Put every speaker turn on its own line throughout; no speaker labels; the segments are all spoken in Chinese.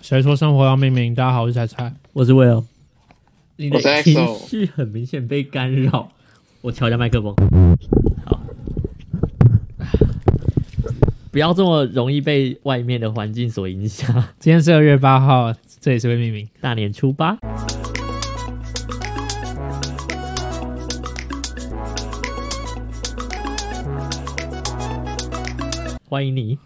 谁说生活要命名？大家好，我是彩彩。
我是 Will，你的
我是
情
Axel
绪很明显被干扰。我调一下麦克风，好，不要这么容易被外面的环境所影响。
今天是二月八号，这里是未命名。
大年初八，欢迎你。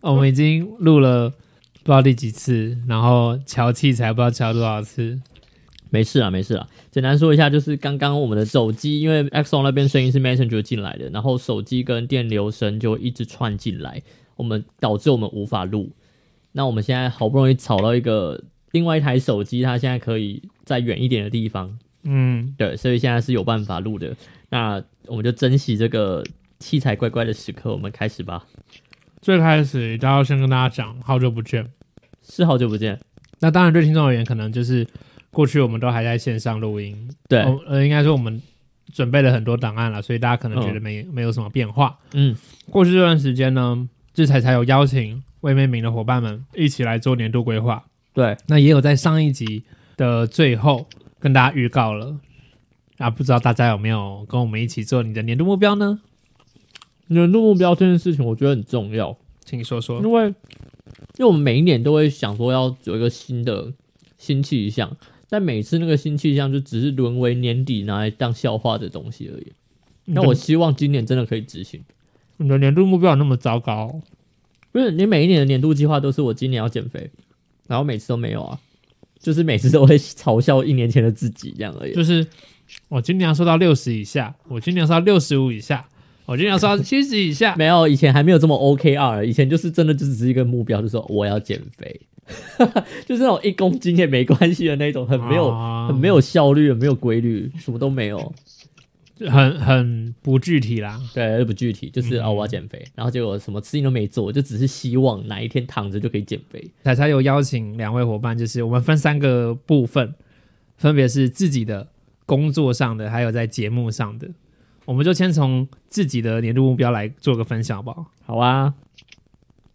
哦我们已经录了不知道第几次，然后调器材不知道调多少次。
没事啊，没事啊。简单说一下，就是刚刚我们的手机，因为 Exxon 那边声音是 Messenger 进来的，然后手机跟电流声就一直串进来，我们导致我们无法录。那我们现在好不容易找到一个另外一台手机，它现在可以在远一点的地方，
嗯，
对，所以现在是有办法录的。那我们就珍惜这个器材乖乖的时刻，我们开始吧。
最开始都要先跟大家讲，好久不见。
是好久不见，
那当然，对听众而言，可能就是过去我们都还在线上录音，
对，
哦呃，应该说我们准备了很多档案了，所以大家可能觉得没、没有什么变化。
嗯，
过去这段时间呢，志才才有邀请未命名的伙伴们一起来做年度规划。
对，
那也有在上一集的最后跟大家预告了啊，不知道大家有没有跟我们一起做你的年度目标呢？
年度目标这件事情，我觉得很重要。
请你说说。
因为因为我们每一年都会想说要有一个新的新气象，但每次那个新气象就只是沦为年底拿来当笑话的东西而已。那我
你的
希望今年真的可以执行，
你的年度目标有那么糟糕？
不是你每一年的年度计划都是我今年要减肥，然后每次都没有啊，就是每次都会嘲笑一年前的自己这样而已。
就是我今年要瘦到六十以下，我今年要瘦到六十五以下，我今年要瘦到七十以下。
没有，以前还没有这么 OKR，以前就是真的就只是一个目标，就说我要减肥， 就是那种一公斤也没关系的那种，很没有、
啊
很没有效率，很没有规律，什么都没有。
很很不具体啦。
对，又不具体，就是
嗯
啊、哦我要减肥，然后结果什么事情都没做，就只是希望哪一天躺着就可以减肥。
彩彩有邀请两位伙伴，就是我们分三个部分，分别是自己的工作上的，还有在节目上的。我们就先从自己的年度目标来做个分享，好不好？
好啊，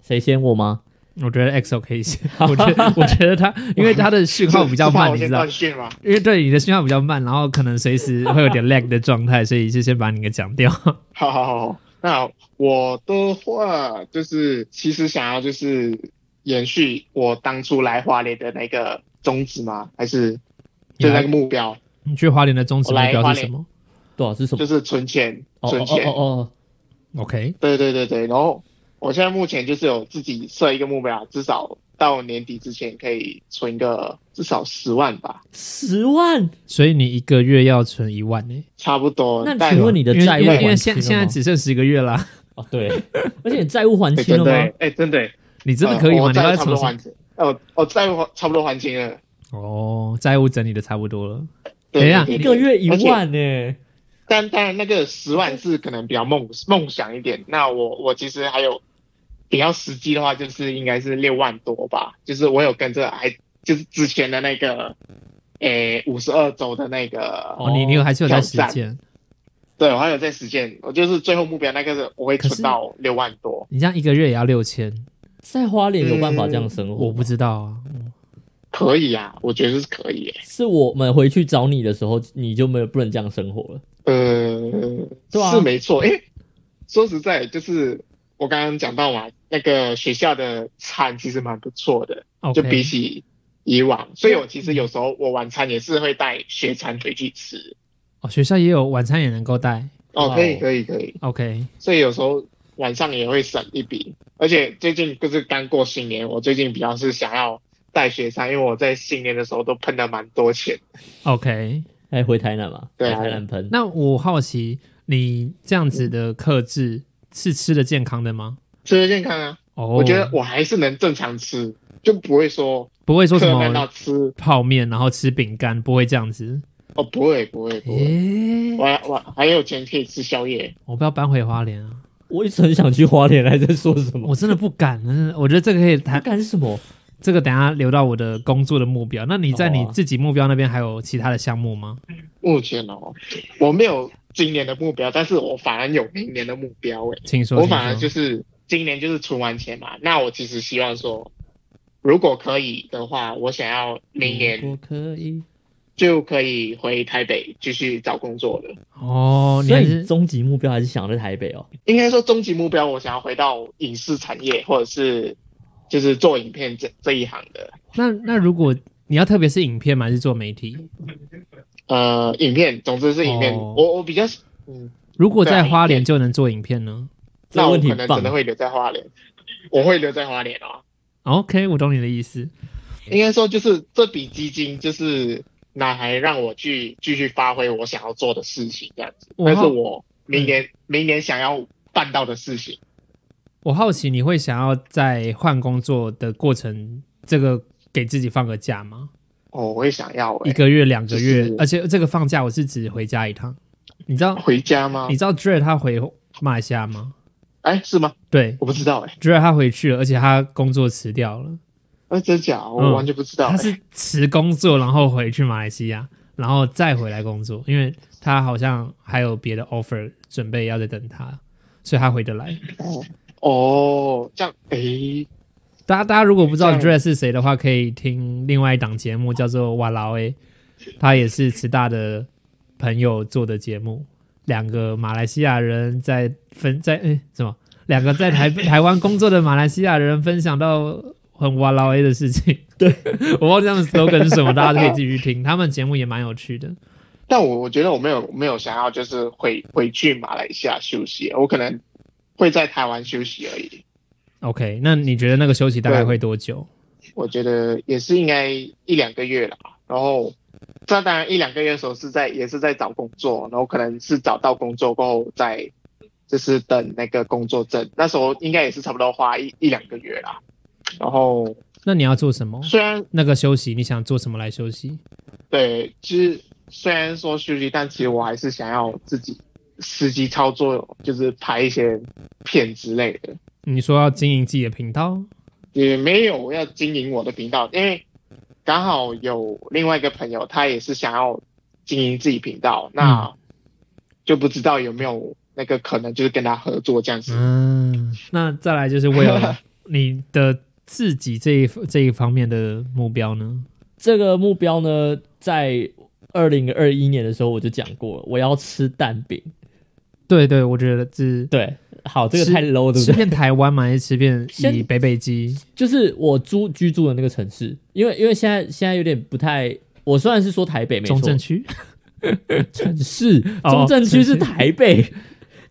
谁先我吗？
我觉得 XO 可以先，我觉得 我觉得他，因为他的讯号比较慢，
我
你
先
知道
断，线吗？
因为对你的讯号比较慢，然后可能随时会有点 lag 的状态，所以就先把你给讲掉。
好好好好，那我的话就是，其实想要就是延续我当初来华联的那个宗旨吗？还是就那个目
哦
标，
你去花莲的终极目标是什么
对啊，是什么
就？是存钱，
哦
存
哦
钱。
哦哦，
？OK，
对对对对，然后我现在目前就是有自己设一个目标，至少到年底之前可以存个至少十万吧，
十万？
所以你一个月要存一万呢、
差不多。
那
但
请问你的
因为
债务
因为因为
还清
现现
了
在
吗？
只剩十个月啦。
哦，对， 而且你债务还
哎
清
真
了
的
吗
哎？、真的、
你真的可以
呃
吗？
我
你要
债务
在
差不
重
多
新
还清，哦，我债务差不多还清了。
哦，债务整理的差不多了。
对
等一下
对
哎一
对
个月一
而且
万呢、
但当然，那个十万是可能比较梦梦想一点。那我我其实还有比较实际的话，就是应该是六万多吧。就是我有跟着还就是之前的那个，诶五十二周的那个，
哦，你你有还是有在实
挑
践？
对我还有在实践。我就是最后目标那个是我会
可是
存到六万多。
你这样一个月也要六千，
在花莲有办法这样生活？
我
嗯
不知道啊。
可以啊，我觉得是可以、欸。
是我们回去找你的时候，你就没有不能这样生活了。
呃，
对啊
是没错。诶，说实在，就是我刚刚讲到嘛，那个学校的餐其实蛮不错的。就
啊 OK，
比起以往，所以我其实有时候我晚餐也是会带学餐回去吃。
哦，学校也有晚餐也能够带。
哦，
哇哦
可以可以可以，
OK，
所以有时候晚上也会省一笔。而且最近不是刚过新年，我最近比较是想要带学餐，因为我在新年的时候都喷了蛮多钱。
OK，
哎，回台南嘛，
对
回
啊
台南喷。
那我好奇你这样子的克制是吃的健康的吗？
吃的健康啊，
哦，
我觉得我还是能正常吃，就不会说
不会说什
困难到
么
吃。
泡面，然后吃饼干，不会这样子。
哦，不会不会不会，
诶，
我还我还有钱可以吃宵夜。
我不要搬回花莲啊！
我一直很想去花莲，还在说什么？
我真的不敢，真的我觉得这个可以谈
他，干什么？
这个等一下留到我的工作的目标。那你在你
哦
好啊
自己目标那边还有其他的项目吗？
目前哦，我没有今年的目标，但是我反而有明年的目标诶。
请说。
我
请
反而
说
就是今年就是存完钱嘛，那我其实希望说，如果可以的话，我想要明
如
年
果可以
就可以回台北继续找工作了。
哦，你
所
还
以
是
终极目标还是想在台北哦。
应该说，终极目标我想要回到影视产业，或者是就是做影片这这一行的。
那那如果你要特别是影片吗？还是做媒体？
呃，影片，总之是影片。
哦
我我比较，嗯，
如果在
对啊
花
影
莲
片
就能做影片呢
这
那
个
我
问题
可
很
能
棒
真的会留在花莲，我会留在花莲哦。
？OK，我懂你的意思。
应该说，就是这笔基金就是拿来让我去继续发挥我想要做的事情，这样子。
我
但是
好
我明
嗯
年、明年想要办到的事情，
我好奇你会想要在换工作的过程，这个给自己放个假吗？
哦，我会想要、欸、
一个月、两个月
就是，
而且这个放假我是指回家一趟。你知道
回家吗
你？知道 Dre 他回马来西亚吗？
哎、是吗？
对
我不知道哎、
，Dre 他回去了，而且他工作辞掉了，
那哦真假？我完全不知道、
嗯他
欸。
是辞工作然后回去马来西亚，然后再回来工作，因为他好像还有别的 offer 准备要在等他，所以他回得来。
哦，这样，哎、
大家大家如果不知道
这
Dre 是谁的话，可以听另外一档节目叫做《哇劳诶》，他也是慈大的朋友做的节目，两个马来西亚人在分在诶什么，两个在台台湾工作的马来西亚人分享到很哇劳诶的事情。对， 我忘记他们 slogan 是什么，大家可以继续听，他们节目也蛮有趣的。
但我我觉得我没有没有想要就是回回去马来西亚休息，我可能会在台湾休息而已。
OK，那你觉得那个休息大概会多久？
我觉得也是应该一两个月了，然后这当然一两个月的时候是在也是在找工作，然后可能是找到工作过后再就是等那个工作证，那时候应该也是差不多花一一两个月啦。然后
那你要做什么？
虽然
那个休息你想做什么来休息？
对，其实虽然说休息，但其实我还是想要自己实际操作，就是拍一些片之类的。
你说要经营自己的频道？
也没有要经营我的频道，因为刚好有另外一个朋友，他也是想要经营自己频道，那
嗯
就不知道有没有那个可能，就是跟他合作这样子。
嗯，那再来就是为 了你的自己这一这一方面的目标呢？
这个目标呢，在二零二一年的时候我就讲过了，我要吃蛋饼。
对对，我觉得是
对，好，这个
吃
太 low，对不
吃
对？
遍台湾嘛，还是吃遍以
先
北北基？
就是我租居住的那个城市，因为因为现在现在有点不太，我虽然是说台北没错
中，正区？
城市，
哦
中正区是
城市
台北，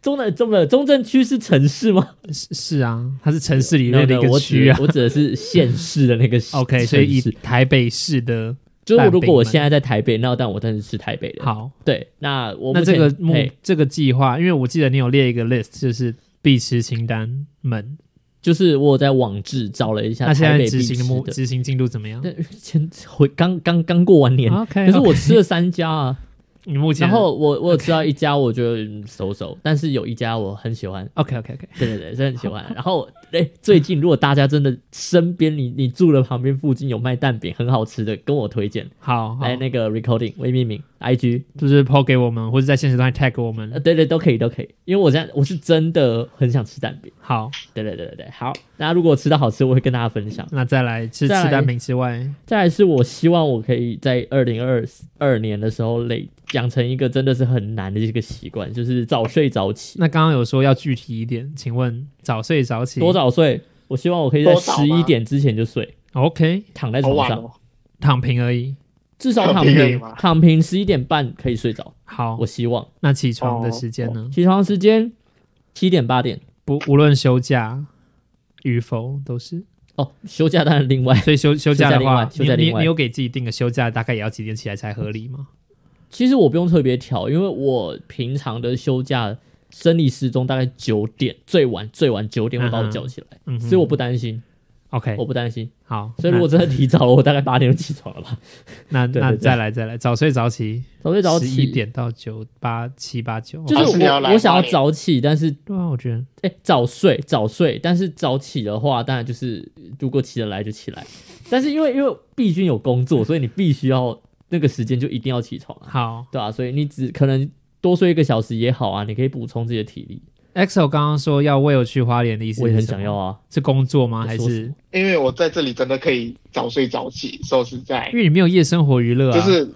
中正中的中正区是城市吗？
是是啊，它是城市里
No,
面的
no，
一个
我
区
指
啊。
我指的是县市的那 个
OK，所以以
城市
台北市的
就是
蛋
如
饼
果我
们
现在在台北，那但我当然是吃台北的。，
好，
对，那我
那
目
这
前
个目
嘿
这个计划，因为我记得你有列一个 list，就是必吃清单们。
就是我有在网志找了一下
那现在
台北
执
必
行
吃
的目
的，
执行进度怎么样
但前回刚刚刚过完年，
？OK，哦
可是我吃了三 家啊。
你目前
然后我我有吃到一家，我觉得手手，但是有一家我很喜欢，
OK OK OK，
对对对，真的很喜欢。然 后哎、最近如果大家真的身边你你住的旁边附近有卖蛋饼很好吃的，跟我推荐
好，好
来那个 recording 微命名 IG，
就是 PO 给我们，或者在现实上 tag 我
呃
们。
对对都可以都可以，因为我现在我是真的很想吃蛋饼，
好，
对对对对对，好，那如果吃到好吃，我会跟大家分享。
那再来吃吃
再来
蛋饼之外，
再来是我希望我可以在二零二二年的时候累养成一个真的是很难的一个习惯，就是早睡早起。
那刚刚有说要具体一点，请问早睡早起
多早睡？我希望我可以在
多早
十
吗
一点之前就睡，
？OK，
躺在
好
床
晚
上，
哦，
躺平而已。
至少
躺
躺
平
平
吗，
躺平十一点半可以睡着。
好
我，哦希望
那起床的时间呢？
起床时间七点八点
不，无论休假与否都是。
哦，休假当然另外。
所以休休假的话，
休假另外休假
你
另
你
外
你有给自己定个休假，大概也要几点起来才合理吗？
其实我不用特别调，因为我平常的休假生理时钟大概九点，最晚最晚九点会
啊
把我叫起来，
嗯哼，
所以我不担心，
OK
我不担心。
好。
所以如果真的提早了，我大概八点就起床了吧。
那
对
那那
对对
再来再来，早睡早起，
早睡早
十
起
一，点到九八七八九，
就
还
是
是你要
我
来
我想要
花莲
早起，但是
对啊，我觉得
哎、早睡早睡，但是早起的话，当然就是如果起得来就起来，但是因为因为毕竟有工作，所以你必须要那个时间就一定要起床啊，
好。
对啊，所以你只可能多睡一个小时也好啊，你可以补充自己的体力。
EXO 刚刚说要 Will 去花莲的意思，
我也很想要，啊。
是工作吗？
在
还
说什
是
么
因为我在这里真的可以早睡早起，说实在
因，为你没有夜生活娱乐啊？
就是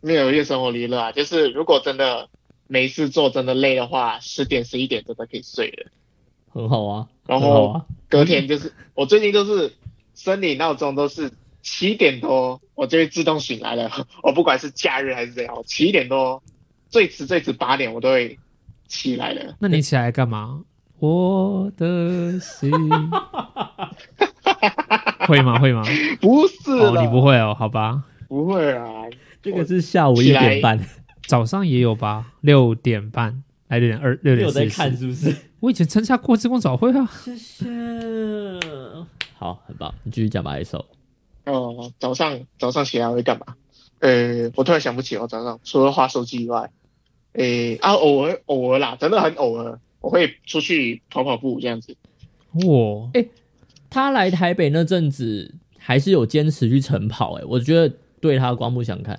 没有夜生活娱乐啊，就是如果真的没事做，真的累的话，十点十一点真的可以睡了。
很好啊，
然
很好
后
啊。
隔天就是我最近都是生理闹钟都是七点多，我就会自动醒来了。我不管是假日还是怎样，我七点多最迟最迟八点我都会起来了。
那你起来干嘛？我的 心会吗？会吗？
不是
哦，
啦
你不会哦，好吧，
不会啊，
这个是下午一
起来
点半，
早上也有吧，六点半，来六点二，六
你
点
有在
四
看
十。
是不是？
我以前参加过职工早会啊，
谢谢。好，很棒，你继续讲吧，S O。
哦、早上早上起来会干嘛？呃，我突然想不起我早上除了划手机以外，诶啊，偶尔偶尔啦，真的很偶尔，我会出去跑跑步这样子。
哇，
他来台北那阵子还是有坚持去晨跑、欸，哎，我觉得对他刮目相看，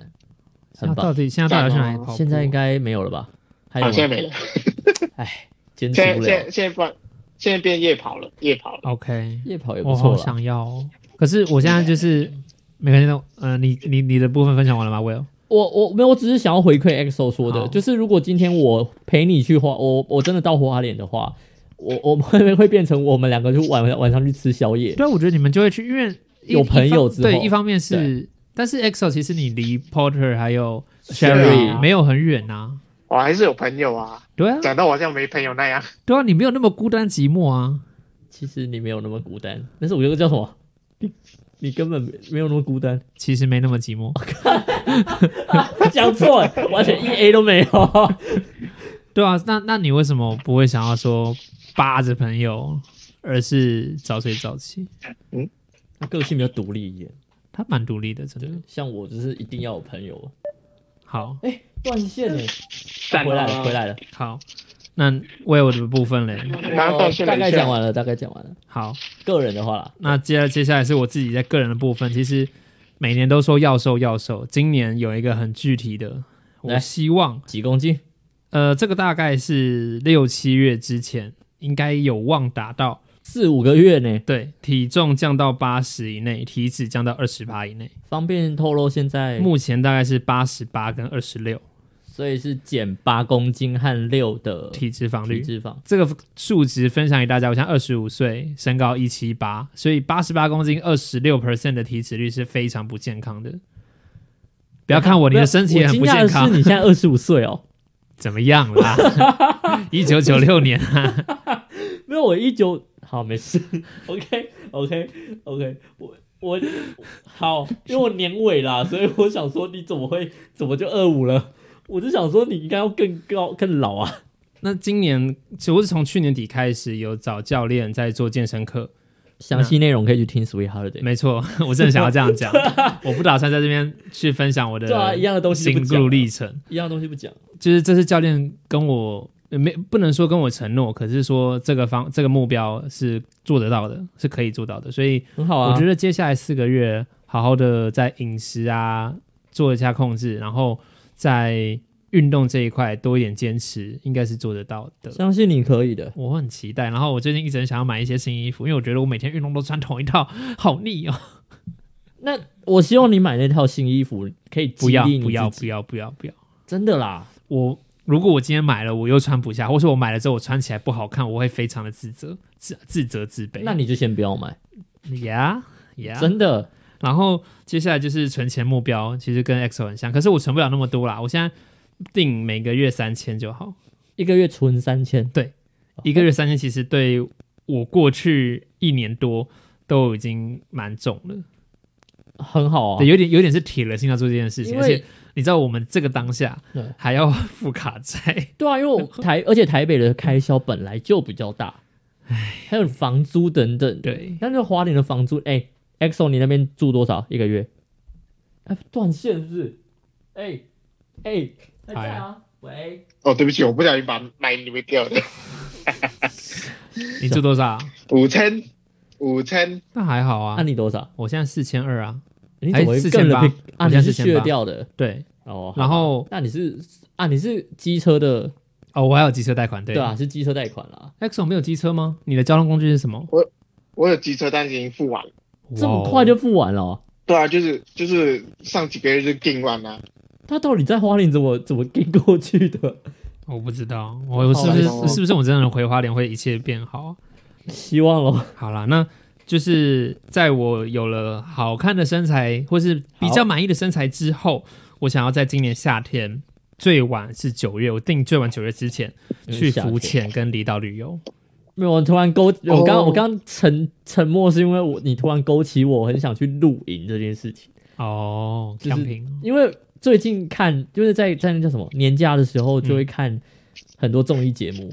很
那到
棒。
底现在到底要去哪里跑步啊？
现在应该没有了吧？还有
啊，
吗？
现在没了，
哎，坚持
现在
不
现
了
在。现在不然，现在变夜跑了，夜跑了。
OK，
夜跑也不
我
错
好
啦。
想要哦。可是我现在就是每个人都，呃，你你你的部分分享完了吗？Will，
我我没有，我只是想要回馈 XO 说的，
好
就是如果今天我陪你去花，我我真的到花莲的话，我我们会会变成我们两个就晚晚上去吃宵夜。
对啊，我觉得你们就会去，因为一
有朋友
一方
之后
对，一方面是，但是 EXO 其实你离 Porter 还有
Sherry
Sherry 没有很远呐、
我还是有朋友啊，
对啊，
讲到我好像没朋友那样。
对啊，你没有那么孤单寂寞啊。
其实你没有那么孤单，但是我觉得叫什么？你你根本没没有那么孤单，
其实没那么寂寞，
讲错了，完全一 A 都没 有。
对啊，那那你为什么不会想要说扒着朋友，而是早睡早起？
他个性比较独立一点，
他蛮独立的，真
对
的。，
像我就是一定要有朋友。
好，
断线了，
赞哦
回来了，回来了。
好，那 Will 的部分嘞，
然后断线了
哦大概
一下
讲完了，大概讲完了。
好，
个人的话啦，
那接接下来是我自己在个人的部分，其实每年都说要瘦要瘦，今年有一个很具体的，我
来
希望
几公斤？
呃这个大概是六七月之前应该有望达到，
四五个月呢？
对，体重降到八十以内，体脂降到二十八以内，
方便透露现在，
目前大概是八十八跟二十六
所以是减八公斤和六的体
体脂肪率。哦
脂肪。
这个数值分享给大家，我现在二十五岁，身高一七八，所以八十八公斤，二十六 percent 的体脂率是非常不健康的。不要看我，你的身体也很不
我
健
惊讶的
康
是。你现在二十五岁哦。
怎么样啦？ 一九九六年啊，
没有，我一九好没 事，OK OK OK，我我好，因为我年尾啦，所以我想说你怎么会怎么就二五了？我就想说你应该要更高更老啊。
那今年其实我是从去年底开始有找教练在做健身课，
详细内容可以去听 Sweet Holiday。
没错，我正想要这样 讲，我不打算在这边去分享我的
对啊，一样的东西就
心
不讲
路
了，
历程，
一样的东西不讲。
就是这次教练跟我呃没不能说跟我承诺，可是说这个方这个目标是做得到的，是可以做到的，所以
很好啊，
我觉得接下来四个月，好好的在饮食啊做一下控制，然后在运动这一块多一点坚持，应该是做得到的。
相信你可以的。
我很期待，然后我最近一直很想要买一些新衣服，因为我觉得我每天运动都穿同一套，好腻哦！
那我希望你买那套新衣服可以激
不要
励你
不要
自
不
己
要不要不要！
真的啦，
我如果我今天买了，我又穿不下，或是我买了之后我穿起来不好看，我会非常的自责自自责自卑。
那你就先不要买，
呀呀，
真的。
然后接下来就是存钱目标，其实跟 EXO 很像，可是我存不了那么多啦。我现在定每个月三千就好，
一个月存三千，哦
一个月三千其实对我过去一年多都已经蛮重了，
很好啊
对，。有点有点是铁了心要做这件事情，
因
而
为嗯
且你知道我们这个当下
对
还要 付卡债，
对啊，因为 我台而且台北的开销本来就比较大，还有房租等等。，
对，
但是花莲的房租，哎、x o 你那边住多少一个月？哎、断线是不是？哎、哎、还在啊？喂，
哦，对不起，我不小心把麦里面掉了。
你做多少？啊
五千，五千，
那还好啊
那、，你多少？
我现在四千二啊，
你怎么
哎
会
4800
更了比？啊，
我
你
现在
是
4800
削掉的
对，
哦。好吧
然后
那你是啊，你是机车的
哦，我还有机车贷款，对
对啊，是机车贷款啦，
Exxon 没有机车吗？你的交通工具是什么？
我有机车，但是已经付完了。
这么快就付完了哦、
对啊，就是就是上几个月就订完了。
他到底在花莲怎么怎么跟过去的？
哦我不知道，我是不是、
好吧
是不是我真的回花莲会一切变好？
希望咯，
好啦，那就是在我有了好看的身材或是比较满意的身材之后，我想要在今年夏天最晚是九月，我定最晚九月之前去浮潜跟离岛旅游。
没有，我突然勾，我刚、
哦
我刚沉沉默是因为我你突然勾起我很想去露营这件事情，
哦，
就是
江平
因为最近看就是在在那叫什么年假的时候就会看很多综艺节目，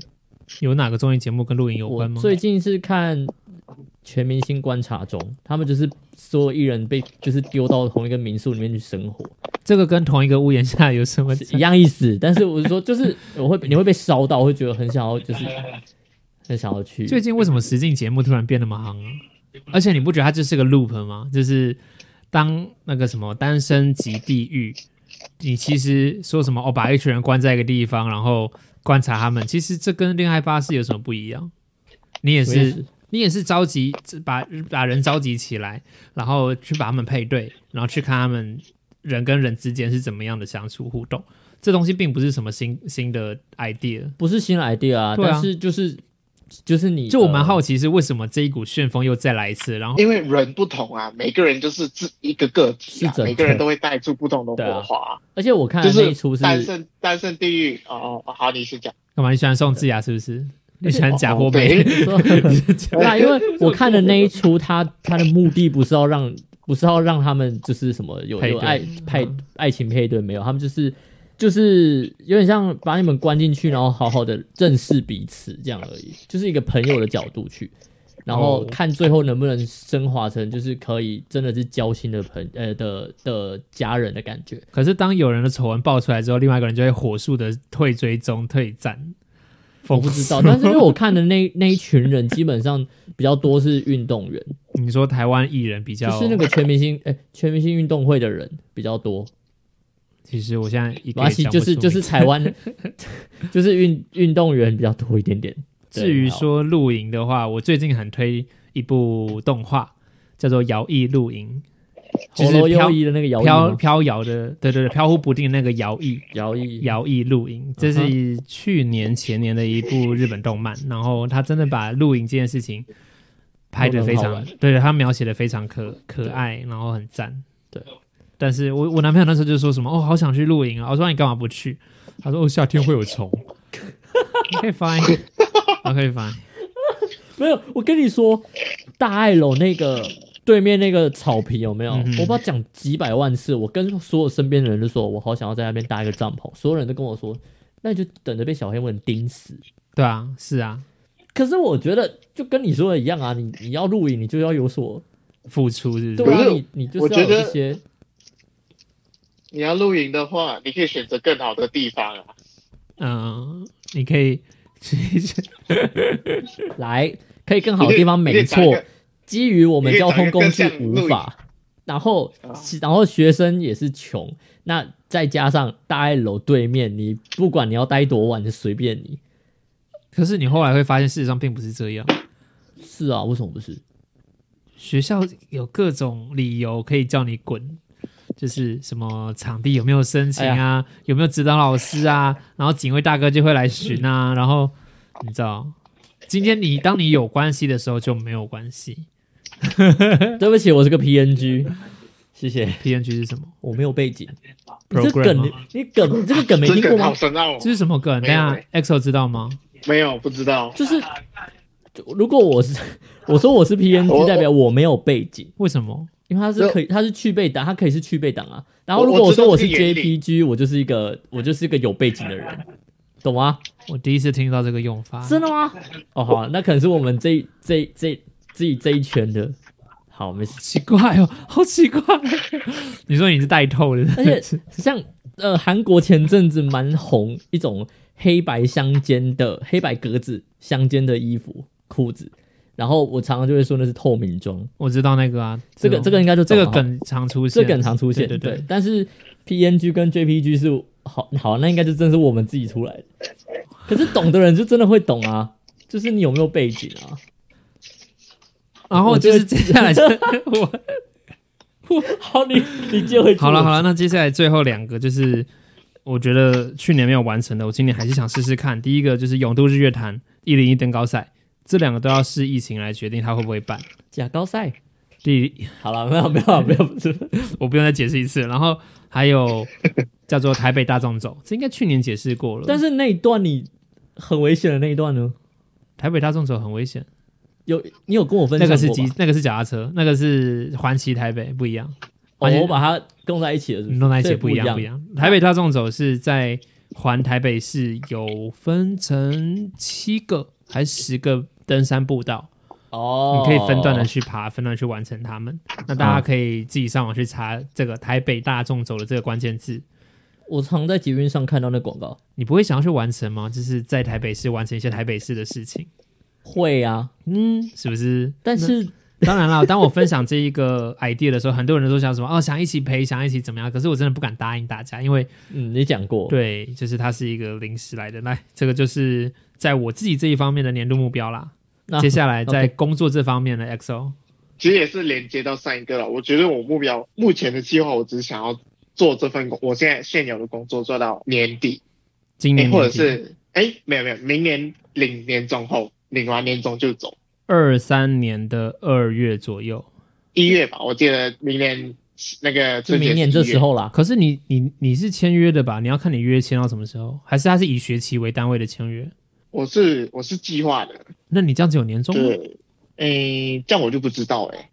有哪个综艺节目跟露营有
我
关吗？
最近是看《全明星观察中》，他们就是所有艺人被就是丢到同一个民宿里面去生活，
这个跟同一个屋檐下有什么？
是一 样意思。但是我是说，就是 我会你会被烧到，我会觉得很想 要，就是很想要去。
最近为什么实境节目突然变那么夯啊？而且你不觉得它就是个 loop 吗？就是当那个什么单身即地狱，你其实说什么哦，把一群人关在一个地方，然后观察他们，其实这跟恋爱巴士有什么不一样？你也
什么意
是
思，
你也是召集把把人召集起来，然后去把他们配对，然后去看他们人跟人之间是怎么样的相处互动。这东西并不是什么新新的 idea，
不是新的 idea 啊，
对啊
但是就是就是你，
就我蛮
呃
好奇是为什么这一股旋风又再来一次，然后
因为人不同啊，每个人就是自一个个体啊
是，整
每个人都会带出不同的
对啊
火花。
而且我看
就
的那
是
一出是
单身单身地狱哦，哦好，你是讲
干嘛？你喜欢宋智雅啊是不是？你喜欢假货
哦
妹？
对
说 对啊，因为我看的那一出，他他的目的不是要让，不是要让他们就是什么有
配对
有爱配爱情配对没有，他们就是就是有点像把你们关进去，然后好好的认识彼此这样而已，就是一个朋友的角度去，然后
哦
看最后能不能升华成就是可以真的是交心的朋呃的的家人的感觉。
可是当有人的丑闻爆出来之后，另外一个人就会火速的退追踪、退赞。
我不知 道，但是因为我看的那那一群人基本上比较多是运动员，
你说台湾艺人比较，
就是那个全明星 哎、全明星运动会的人比较多。
其实我现在一
没
个
关
也
系，
讲不
就
出
是就是
名
台湾， 就是运运动员比较多一点点。对
至于
好
说露营的话，我最近很推一部动画，叫做《摇曳露营 就是
红楼
飘
优衣的那个》，摇
飘
曳吗，
飘摇的，对对对，飘忽不定的那个摇曳。
摇曳，
摇曳露营，
嗯
这是去年前年的一部日本动漫，然后他真的把露营这件事情拍的非
弄得很
常
好，
对他描写的非常可可爱，然后很赞。
对，
但是我我男朋友那时候就说什么哦，好想去露营啊，我说你干嘛不去？他说哦，夏天会有 虫。OK fine，o k fine，
没有。我跟你说，大爱楼那个对面那个草皮有没有？
嗯哼
我不知道讲几百万次，我跟所有身边的人都说，我好想要在那边搭一个帐篷，所有人都跟我说，那你就等着被小黑蚊叮死。
对啊，是啊，
可是我觉得就跟你说的一样啊，你你要露营，你就要有所
付出是不
对
是？
啊，
可是
你你就
我
是要有
觉得
这些。
你要露营的话，你可以选择更好的地方啊。
嗯、你可以去一些
来可以更好的地方，
你可以
没
你可以找一
错
个。
基于我们交通工具无
你可以找一个更像露
法，然后
啊
然后学生也是穷，那再加上大爱楼对面，你不管你要待多晚，就随便你。
可是你后来会发现，事实上并不是这样。
是啊，为什么不是？
学校有各种理由可以叫你滚，就是什么场地有没有申请啊，有没有指导老师啊，然后警卫大哥就会来巡啊，然后你知道，今天你当你有关系的时候就没有关系。
对不起，我是个 PNG，谢谢，
PNG 是什么？
我没有背景。你这
Program
梗
吗，
你梗，你这个梗没
这
听过
个好
吗？
深奥哦
这，是什么梗？
没
等一
有
下 EXO 知道吗？
没有不知道。
就是，就如果我是我说我是 PNG，
我
代表我没有背景。
为什么？
因为它是可以，它是具备档，它可以是具备档啊。然后
我
如果我
我知道
说我是
这个原理
JPG，我就是一个我就是一个有背景的 人，懂吗？
我第一次听到这个用法。
真的吗？哦，好啊、那可能是我们这这这自己这一圈的。好，没 事。
奇怪哦，好奇 怪！你说你是带透的，
而且像呃，韩国前阵子蛮红一种黑白相间的黑白格子相间的衣服裤子，然后我常常就会说那是透明装。
我知道那个啊，
这个
种
这个应该就
这
懂
个
了
梗常出现，
这梗常出现，
对对对
但是 PNG 跟 JPG 是好好，那应该就真是我们自己出来的。可是懂的人就真的会懂啊，就是你有没有背景啊？
然后
我
就是
觉
接下 来就是我
好，你你接 回去
好了好了，那接下来最后两个就是我觉得去年没有完成的，我今年还是想试试看。第一个就是永渡日月潭一零一登高赛，这两个都要视疫情来决定它会不会办。
假高赛。
第
好了，没有没有没有，不是
我不用再解释一次。然后还有叫做台北大众走，这应该去年解释过了。
但
是
是那一段你很危险的那一段呢？
台北大众走很危险，
有你有跟我分
那
享过
个是
吧
机，那个是脚踏车，那个是环骑台北，不一样。
哦
而且
我把它弄在一起了是不是，
弄在一
所
起
以不
一
样
不一。样。台北大众走是在环台北市，有分成七个还是十个登山步道，
哦
你，可以分段的去爬，分段去完成它们。那大家可以自己上网去查这个台北大众走的这个关键字。
我常在捷运上看到那广告，
你不会想要去完成吗？就是在台北市完成一些台北市的事情，
会啊，
嗯，是不是？
但是
当然了，当我分享这一个 idea 的时候，很多人都想什么哦，想一起陪，想一起怎么样？可是我真的不敢答应大家，因为
嗯，你讲过，
对，就是它是一个临时来的。来，这个就是在我自己这一方面的年度目标 啦。
啊
那
接下来在
OK
工作这方面的 XO，
其实也是连接到上一个了。我觉得我目标目前的计划，我只是想要做这份工，我现在现有的工作做到年底，
今
嗯
哎
年
或者是哎，没有没有，明年领年终后，领完年终就走，
二三年的二月左右。
一月吧，我记得明年那个
就
春节
明年
是一
这
月
时候啦。
可是你你你是签约的吧？你要看你约签到什么时候，还是它是以学期为单位的签约？
我是我是计划的，
那你这样子有年
哦
终吗？
对，诶，这样我就不知道诶，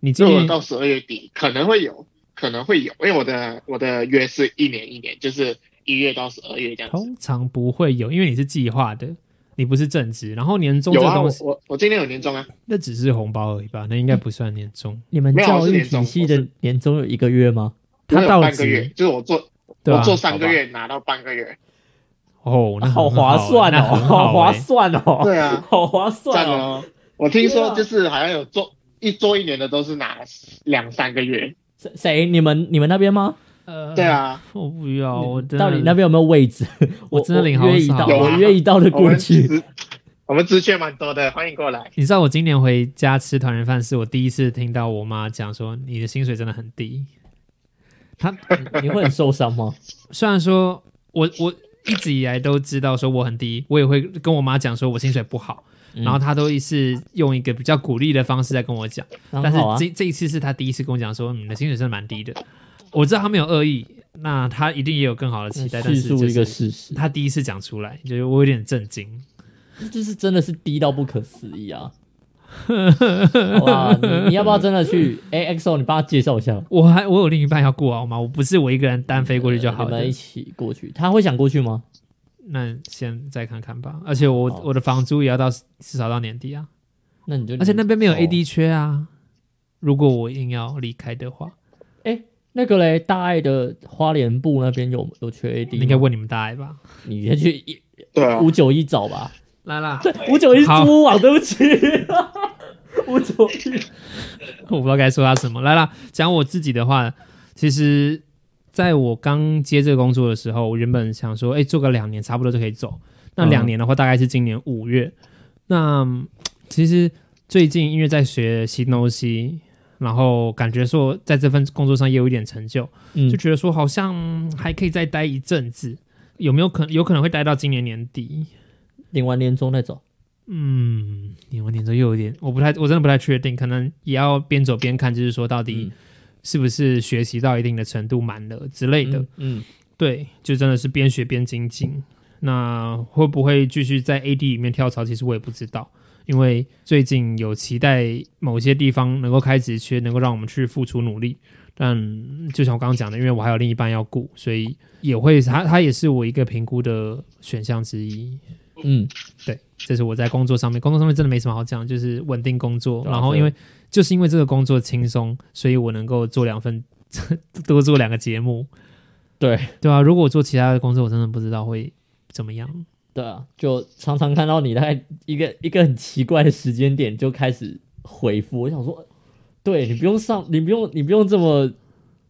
你今
如果
年
到十二月底可能会有，可能会有，因为我的我的约是一年一年，就是一月到十二月这样子。
通常不会有，因为你是计划的，你不是正职。然后年终这
有
个
啊，
东
我
西，
我我今年有年终啊，
那只是红包而已吧？那应该不算年终。
你们
没有
教
是
育
年终
体系的年终有一个月吗？
他
我有
到
半个
职
月，就是我做
对啊吧
我？做三个月拿到半个月，
哦， 那很
好划算
那
哦，
很好欸
划算哦，
对啊
好划算
赞
哦。
哦！我听
对啊
说就是好像有做一做一年的都是拿两三个月，
谁谁？你们你们那边吗？
呃，
对，啊，
我不要，我真的
到底那边有没有位置？
我
我
真的领好
我约一
少
道，
有
我
啊
约一道的
我
过
们
去。
职我们职缺蛮多的，欢迎过来。
你知道我今年回家吃团圆饭，是我第一次听到我妈讲说你的薪水真的很低。她
你会很受伤吗？
虽然说我我一直以来都知道说我很低，我也会跟我妈讲说我薪水不好，
嗯
然后她都一是用一个比较鼓励的方式在跟我讲，但
很
是
好啊
这这一次是她第一次跟我讲说嗯你的薪水真的蛮低的。我知道她没有恶意，那她一定也有更好的期待，但
叙
是就
述一
是
个事实，
她第一次讲出来，就是我有点震惊。
就是真的是低到不可思议 啊！好吧，你你要不要真的去？哎，XO，你帮他介绍一下，
我还我有另一半要顾好吗？我不是我一个人单飞过去就好
嗯你
了
们一。起过去。他会想过去吗？
那先再看看吧。而且我
好
我的房租也要到至少到年底啊，
那你就
而且那边没有
哦
AD 缺啊。如果我硬要离开的话，
那个嘞，大爱的花莲部那边有有缺 AD，吗
应该问你们大爱吧。
你先去一
对啊
五九一找吧。
来啦，
五九一是
好
租屋网，对不起。五九一，
我不知道该说他什么。来啦，讲我自己的话，其实在我刚接这个工作的时候，我原本想说，哎、做个两年差不多就可以走。那两年的话，大概是今年五月。那嗯其实最近因为在学新东西，然后感觉说在这份工作上也有一点成就，
嗯
就觉得说好像还可以再待一阵子。有没有可有可能会待到今年年底？
领完年终再走。
嗯，年完年之后又有点，我不太，我真的不太确定，可能也要边走边看，就是说到底
嗯
是不是学习到一定的程度满了之类的。
嗯，嗯，
对，就真的是边学边精进。那会不会继续在 AD 里面跳槽？其实我也不知道，因为最近有期待某些地方能够开职缺，能够让我们去付出努力。但就像我刚刚讲的，因为我还有另一半要顾，所以也会他他也是我一个评估的选项之一。
嗯，
这是我在工作上面，工作上面真的没什么好讲，就是稳定工作。
对啊
然后因为就是因为这个工作轻松，所以我能够做两份， 多做两个节目。
对
对啊，如果我做其他的工作，我真的不知道会怎么样。
对啊，就常常看到你在一个一个很奇怪的时间点就开始回复，我想说，对你不用上，你不用你不用这么，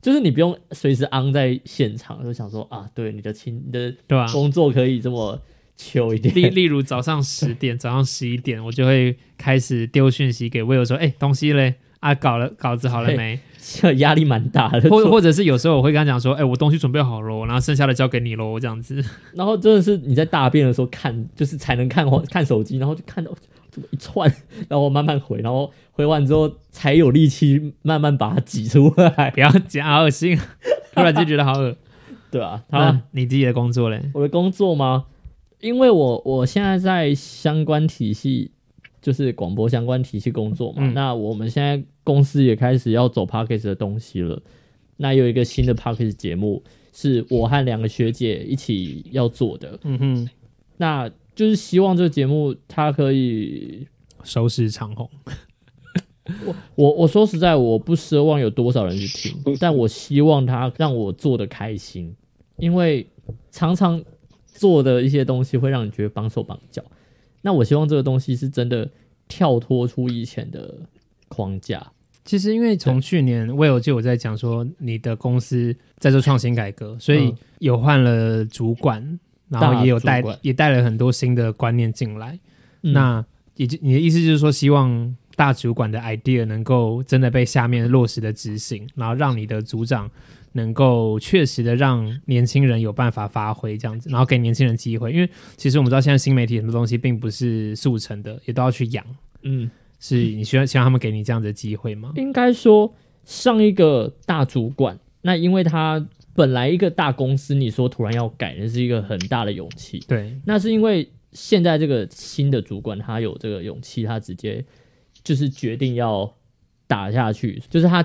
就是你不用随时 on 在现场，就想说啊，对你的情你的
对吧、
工作可以这么秋一点。
例例如早上 十点、早上十一点，我就会开始丢讯息给 Will 说：“哎、东西嘞啊，搞了稿子好了没？”
这 压力蛮大的，
或或者是有时候我会跟他讲说：“哎、我东西准备好了，然后剩下的交给你喽。”这样子，
然后真的是你在大便的时候看，就是才能看看手机，然后就看到这么一串，然后慢慢回，然后回完之后才有力气慢慢把它挤出来，
不要讲好恶心，啊突然就觉得好恶。
对啊，好
那你自己的工作嘞？
我的工作吗？因为我我现在在相关体系，就是广播相关体系工作嘛。
嗯
那我们现在公司也开始要走 p a c k a g e 的东西了。那有一个新的 p a c k a g e 节目，是我和两个学姐一起要做的。
嗯哼，
那就是希望这个节目它可以，
收视长虹。
我我说实在，我不奢望有多少人去听，但我希望它让我做的开心，因为常常做的一些东西会让你觉得绑手绑脚。那我希望这个东西是真的跳脱出以前的框架，
其实因为从去年 Will 就有在讲说，你的公司在做创新改革，所以
嗯
有换了主管，然后也有带
主管
也带了很多新的观念进来。
嗯
那也就你的意思就是说，希望大主管的 idea 能够真的被下面落实的执行，然后让你的组长能够确实的让年轻人有办法发挥这样子，然后给年轻人机会。因为其实我们知道现在新媒体很多东西并不是速成的，也都要去养，
嗯，
是你需要希望他们给你这样的机会吗？
应该说上一个大主管，那因为他本来一个大公司，你说突然要改，那是一个很大的勇气。
对，
那是因为现在这个新的主管他有这个勇气，他直接就是决定要打下去，就是他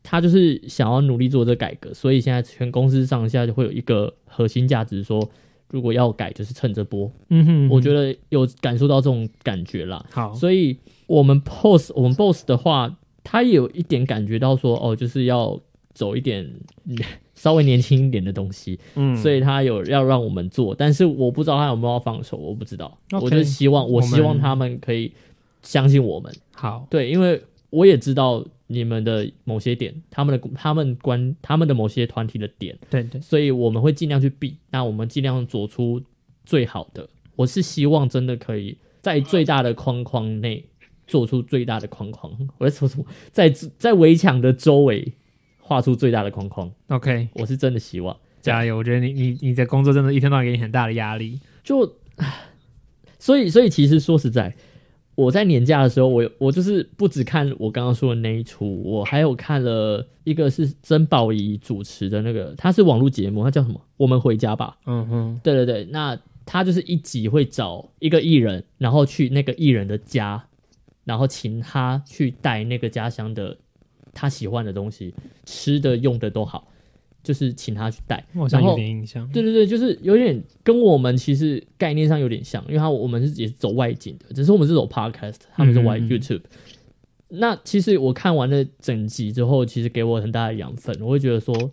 他就是想要努力做这改革，所以现在全公司上下就会有一个核心价值说。如果要改，就是趁着波。
嗯哼
我觉得有感受到这种感觉啦，
好，
嗯所以我们 pose 我们 boss 的话，他也有一点感觉到说，哦，就是要走一点 嗯稍微年轻一点的东西。
嗯
所以他有要让我们做，但是我不知道他有没有要放手，我不知道。
OK，
我就希望，
我
我
们
希望他们可以相信我们，
好，
对，因为我也知道你们的某些点，他们的他们关他们的某些团体的点，
对对，
所以我们会尽量去避，那我们尽量做出最好的。我是希望真的可以在最大的框框内做出最大的框框。我在说什么？在在围墙的周围画出最大的框框，
，OK，
我是真的希望。
加油！我觉得你你你的工作真的一天到晚给你很大的压力。
就，唉所以所以其实说实在，我在年假的时候，我有我就是不只看我刚刚说的那一出，我还有看了一个是曾宝仪主持的那个，他是网络节目，他叫什么？我们回家吧。
嗯哼，
对对对，那他就是一集会找一个艺人，然后去那个艺人的家，然后请他去带那个家乡的他喜欢的东西，吃的用的都好，就是请他去带。
我好像
然后
有点印象。
对对对，就是有点跟我们其实概念上有点像，因为他我们是也是走外景的，只是我们是走 podcast，他们是玩
嗯嗯嗯
YouTube。那其实我看完了整集之后，其实给我很大的养分，我会觉得说，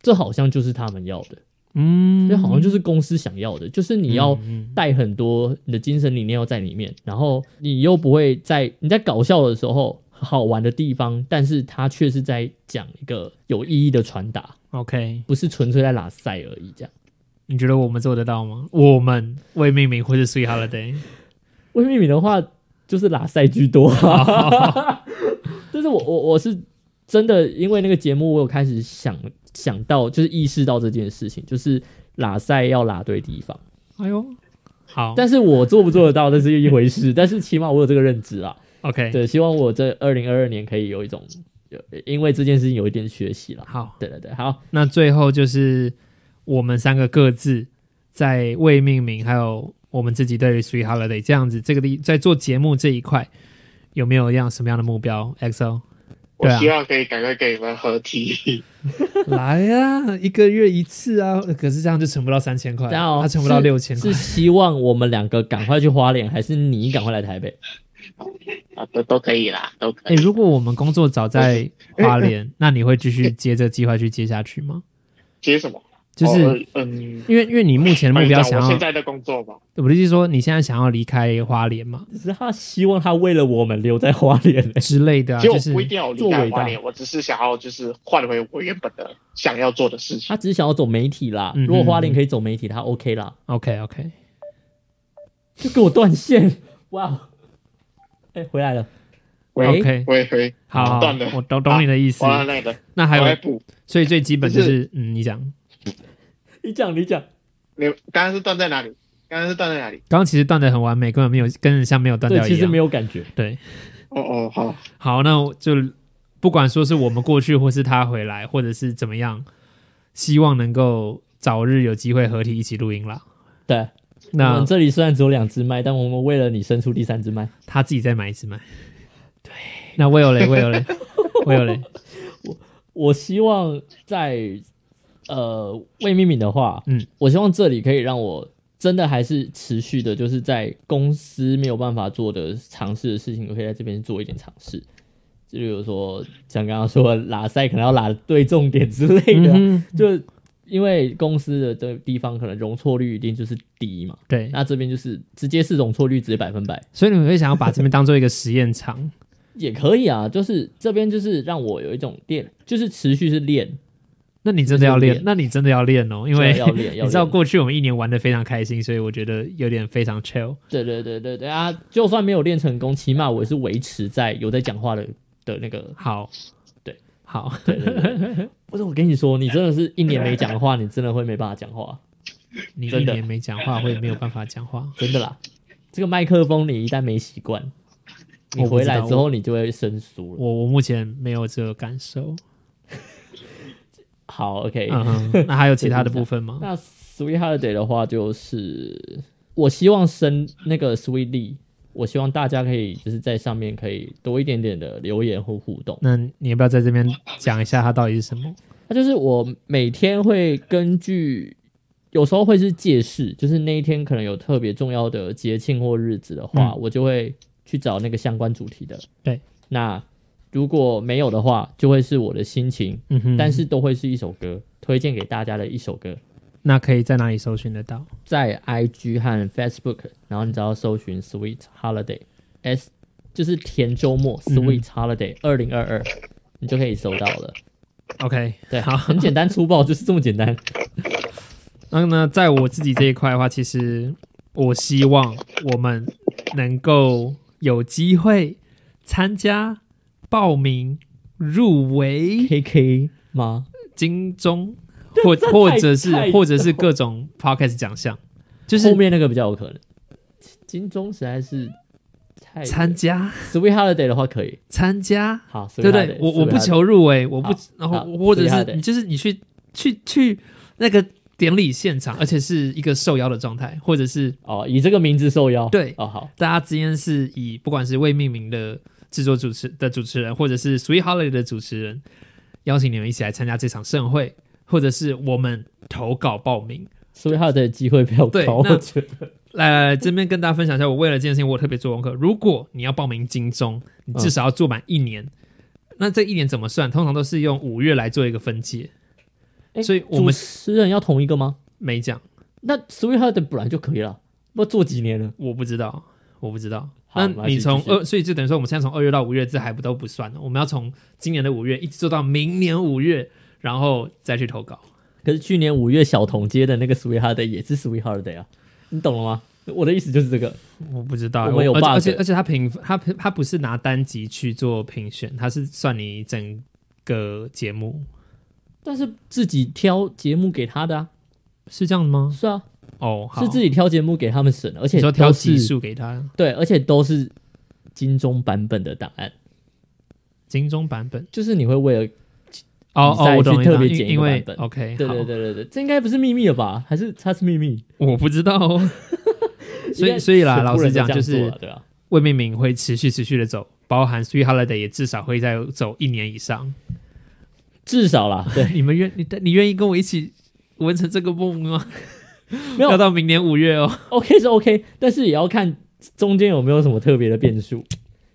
这好像就是他们要的，
嗯，
这好像就是公司想要的，就是你要
嗯嗯
带很多你的精神理念要在里面，然后你又不会在你在搞笑的时候好玩的地方，但是它却是在讲一个有意义的传达，
OK，
不是纯粹在拉塞而已这样。
你觉得我们做得到吗？我们未命名或是 Sweet Holiday，
未命名的话，就是拉塞居多、 啊。但是我我我是真的，因为那个节目，我有开始想想到，就是意识到这件事情，就是拉塞要拉对地方。
哎呦，好，
但是我做不做得到，那是一回事。但是起码我有这个认 知啊。
OK，
对，希望我这二零二二年可以有一种，有因为这件事情有一点学习啦。
好，
对对对，好，
那最后就是我们三个各自在未命名，还有我们自己对于 Sweet Holiday 这样子，这个地在做节目这一块有没有一样什么样的目标？XO，
我
对啊
希望可以赶快给你们合体。
啊 来呀、一个月一次啊！可是这样就存不到三千块，
大家好
呃他存不到六千块
是。希望我们两个赶快去花莲，还是你赶快来台北？
啊，都都可以啦，都可
哎、
以。
如果我们工作早 在花莲，那你会继续接这个计划去接下去吗？
接什么？
就是、
哦呃嗯，
因为因为你目前的目标想
我现
要，
在的工作吧。
我的意思是说你现在想要离开花莲嘛
只是他希望他为了我们留在花莲、欸，
之类的、啊，
其实
就
我
是
哎不一定要离开花莲，我只是想要就是换回我原本的想要
啊
做的事情。
他只是想要走媒体啦。
嗯
如果花莲可以走媒体，他 OK 啦。
OK OK。
就给我断线， 哇哦！哎、回来了，喂
OK，
喂喂，
好，
嗯断了，
我懂懂你的意思。
完了那个，
那还
我来
有，
补。
所以最基本就，
就是
嗯，你讲，
你讲你讲，
你刚刚是断在哪里？刚刚是断在哪里？
刚刚其实断的很完美，根本没有跟人像没有断
对，
掉
其
一
实没
样。
有感觉，
对，
哦哦，好，
好，那我就不管说是我们过去，或是他回来，或者是怎么样，希望能够早日有机会合体一起录音啦。
对。我
那
们这里虽然只有两只麦，但我们为了你伸出第三只麦。
他自己再买一支麦。对，那 Will 嘞，Will 嘞，Will 嘞，
我希望在呃未命名的话，
嗯，
我希望这里可以让我真的还是持续的，就是在公司没有办法做的尝试的事情，我可以在这边做一点尝试。就比如说像刚刚说的拉塞可能要拉对重点之类的啊，
嗯哼，
就因为公司的这地方可能容错率一定就是低嘛，
对，
那这边就是直接是容错率直接百分百，
所以你们会想要把这边当做一个实验场，
也可以啊，就是这边就是让我有一种练，就是持续是练，
那你真的要
就是
练
练，
那你真的要练哦，因为
要练，要
你知道
练。
过去我们一年玩的非常开心，所以我觉得有点非常 chill。
对对对对对啊！就算没有练成功，起码我也是维持在有在讲话的的那个。
好，
对，
好，
对对对，不是我跟你说，你真的是一年没讲话，你真的会没办法讲话，
你一
真的
年没讲话会没有办法讲话。
真的啦。这个麦克风你一旦没习惯，你
哦我不
回
知道
来之后你就会生疏了。
我我目前没有这个感受。
好，OK，、
嗯哼，那还有其他的部分 吗？
那 Sweet Holiday 的话，就是我希望升那个 Sweet Lee，我希望大家可以就是在上面可以多一点点的留言或互动。
那你要不要在这边讲一下它到底是什么？
那就是我每天会根据，有时候会是借势，就是那一天可能有特别重要的节庆或日子的话，我就会去找那个相关主题的。
嗯对，
那如果没有的话，就会是我的心情，
嗯哼，
但是都会是一首歌，推荐给大家的一首歌，
那可以在哪里搜寻得到？
在 IG 和 Facebook，然后你只要搜寻 Sweet Holiday S，就是甜周末
嗯
Sweet Holiday 二零二二，你就可以搜到了。
OK，
对，
好
很简单粗暴，就是这么简单。
那呢，在我自己这一块的话，其实我希望我们能够有机会参加、报名、入围
K K 吗？
金钟，或
这太
或者是
太
或者是各种 podcast 奖项，就
后
是
面那个比较有可能。金钟实在是太
参加
Sweet Holiday 的话可以，
参加，
好，
对不对？我我不
求
求入围，我不
好，
然
好
后或者
所以他
是
得
你就是你去去去那个典礼现场，而且是一个受邀的状态，或者是
哦，以这个名字受邀，
对
哦，好，
大家之间是以不管是未命名的制作主持的主持人，或者是 Sweet Holiday 的主持人，邀请你们一起来参加这场盛会，或者是我们投稿报名。
Sweet Holiday 的机会比较
对
高，
那
我觉得
来来来，这边跟大家分享一下，我为了这件事情，我有特别做功课。如果你要报名金钟，你至少要做满一
嗯
年。那这一年怎么算？通常都是用五月来做一个分界，
诶
所以我们
主持人要同一个吗？
没讲，
那 Sweet Holiday 本来就可以了，不知道做几年了，
我不知道，我不知道。
好
那
没关系
你从
继续
二，所以就等于说，我们现在从二月到五月，这还不都不算呢。我们要从今年的五月一直做到明年五月，然后再去投稿。
可是去年五月小童街的那个 Sweet Holiday 也是 Sweet Holiday 啊，你懂了吗？我的意思就是这个，
我不知道，
我们有
而且
bug
而且而且他评他他不是拿单集去做评选，他是算你整个节目，
但是自己挑节目给他的啊，
是这样的吗？
是啊，
哦，好
是自己挑节目给他们审的，而且
你说挑
都是
集数给他，
对，而且都是金钟版本的档案，
金钟版本。
就是你会为了，
哦
比赛
哦，我懂
去
你
特别
因
剪一个
因为
版本
OK，
对对对对对，这应该不是秘密了吧？还是它是秘密？
好，我不知道哦。所
应
以
该
所以啦，
全部
老
人
实
都
讲，
这
就
样做
是
啊对啊，
未命名会持续持续的走，包含 Three Holiday 也至少会再走一年以上。
至少啦，对，
你们愿你你愿意跟我一起完成这个梦吗？
没有
要到明年五月哦。
OK 是 OK，但是也要看中间有没有什么特别的变数，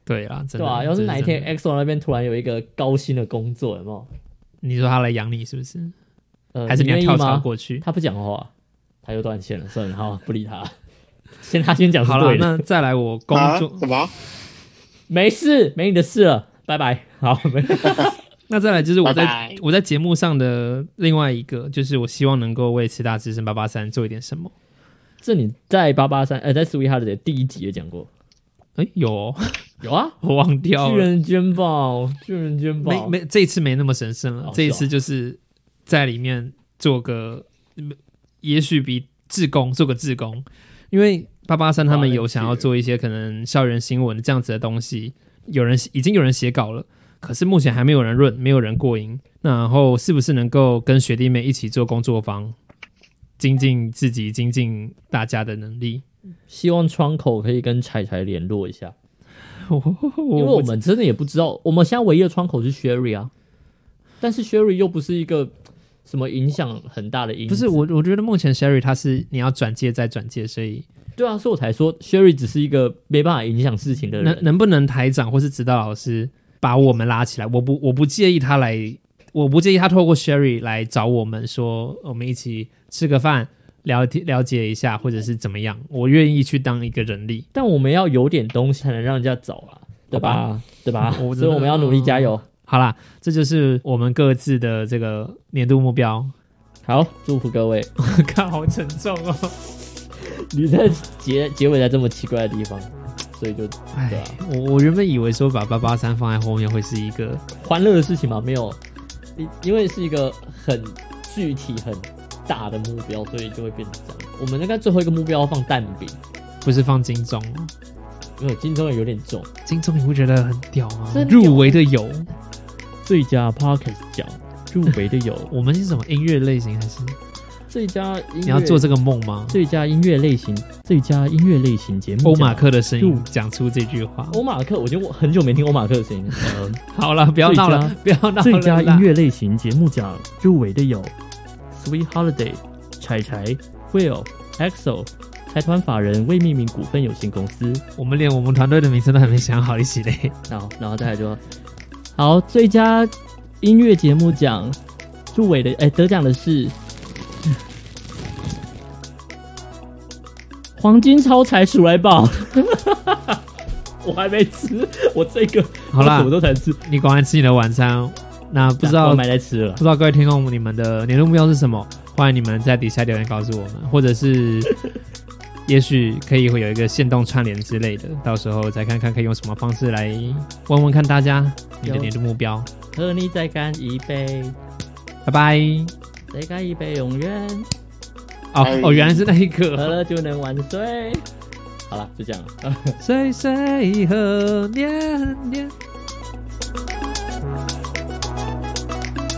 对啦，真
对
的。
吧、要是
这
哪一
真的
天 EXO 那边突然有一个高薪的工作，有没有？
你说他来养你是不是？
呃，
还是你要
愿意
跳槽
吗？
过去？
他不讲话，他又断线了，算了，好， 不理他，先他先讲是
好了，
对的，
那再来我工
啊
作，
什么？
没事，没你的事了，拜拜，好，没。
那再来就是我在
拜拜
我在节目上的另外一个，就是我希望能够为慈大之声八八三做一点什么。
这你在八八三呃，在 Sweet Holiday 第一集也讲过，
哎，有哦、
有啊，
我忘掉
巨
了，
人肩膀，巨人肩膀，
没没这一次没那么神圣了，
哦
这一
是
次
哦
就是在里面做个，也许比志工做个志工，因为八八三他们
哇
有
那
想要
巨人
做一些可能校园新闻这样子的东西，有人已经有人写稿了，可是目前还没有人润，没有人过音，然后是不是能够跟学弟妹一起做工作坊，精进自己，精进大家的能力？
希望窗口可以跟彩彩联络一下，因
因
为我们真的也不知道，我们现在唯一的窗口是 Sherry 啊，但是 Sherry 又不是一个什么影响很大的因
不
子，
是我，我觉得目前 Sherry 他是你要转介再转介，所以
对啊，所以我才说 Sherry 只是一个没办法影响事情的
能
人，
能不能台长或是指导老师把我们拉起来？我不我不介意他来，我不介意他透过 Sherry 来找我们说，我们一起吃个饭，了解了解一下，或者是怎么样，我愿意去当一个人力。
但我们要有点东西才能让人家找啊，对吧？对吧？
我
所以 我们要努力加油。
好啦，这就是我们各自的这个年度目标。
好，祝福 各位！
我靠，好沉重哦！
你在结结尾在这么奇怪的地方，所以就对
哎
啊，
我我原本以为说把八八三放在后面会是一个
欢乐的事情嘛，没有，因因为是一个很具体、很大的目标，所以就会变成这样。我们应该最后一个目标放蛋饼，
不是放金钟哦。
因为金钟也有点重。
金钟你会觉得很屌吗
真？屌
入围的有，
最佳 podcast 奖入围的有
我们是什么音乐类型还是
最佳音乐，
你要做这个梦吗？
最佳音乐类型、最佳音乐类型节目
欧
奖
马，克的声音
入
讲出这句话。
欧马克，我已经很久没听欧马克的声音了。 呃
好了，不要闹了，不要闹了。
最佳音，乐类型节目奖入围的有 Sweet Holiday、柴柴、Will、EXO、财团法人未命名股份有限公司。
我们连我们团队的名称都还没想好一起嘞。
然后，然后再来就好，最佳音乐节目奖入围的，哎，得奖的是黄金超财鼠来宝。 我还没吃，我这个
好啦
我，都才吃，
你赶快吃你的晚餐。那不知道
我
不
买来吃了。
知道各位听众你们的年度目标是什么？欢迎你们在底下留言告诉我们，或者 是也许可以会有一个限动串联之类的，到时候再看看可以用什么方式来问问看大家你的
有
年度目标。
和你再干一杯，
拜拜。
再干一杯，永远。
哦
哎
哦，原来是那一
喝
个。
了就能晚睡。好了，就这样了。
岁岁和年年。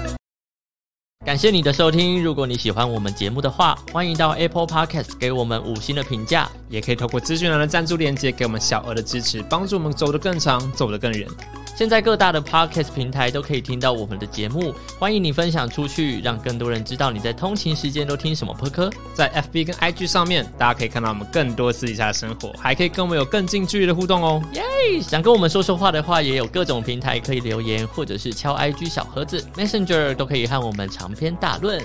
感谢你的收听，如果你喜欢我们节目的话，欢迎到 Apple Podcast 给我们五星的评价。
也可以透过资讯栏的赞助链接给我们小额的支持，帮助我们走得更长，走得更远。
现在各大的 Podcast 平台都可以听到我们的节目，欢迎你分享出去，让更多人知道你在通勤时间都听什么播客。
在 FB 跟 IG 上面，大家可以看到我们更多私底下的生活，还可以跟我们有更近距离的互动哦。
想跟我们说说话的话，也有各种平台可以留言，或者是敲 IG 小盒子、Messenger 都可以和我们长篇大论。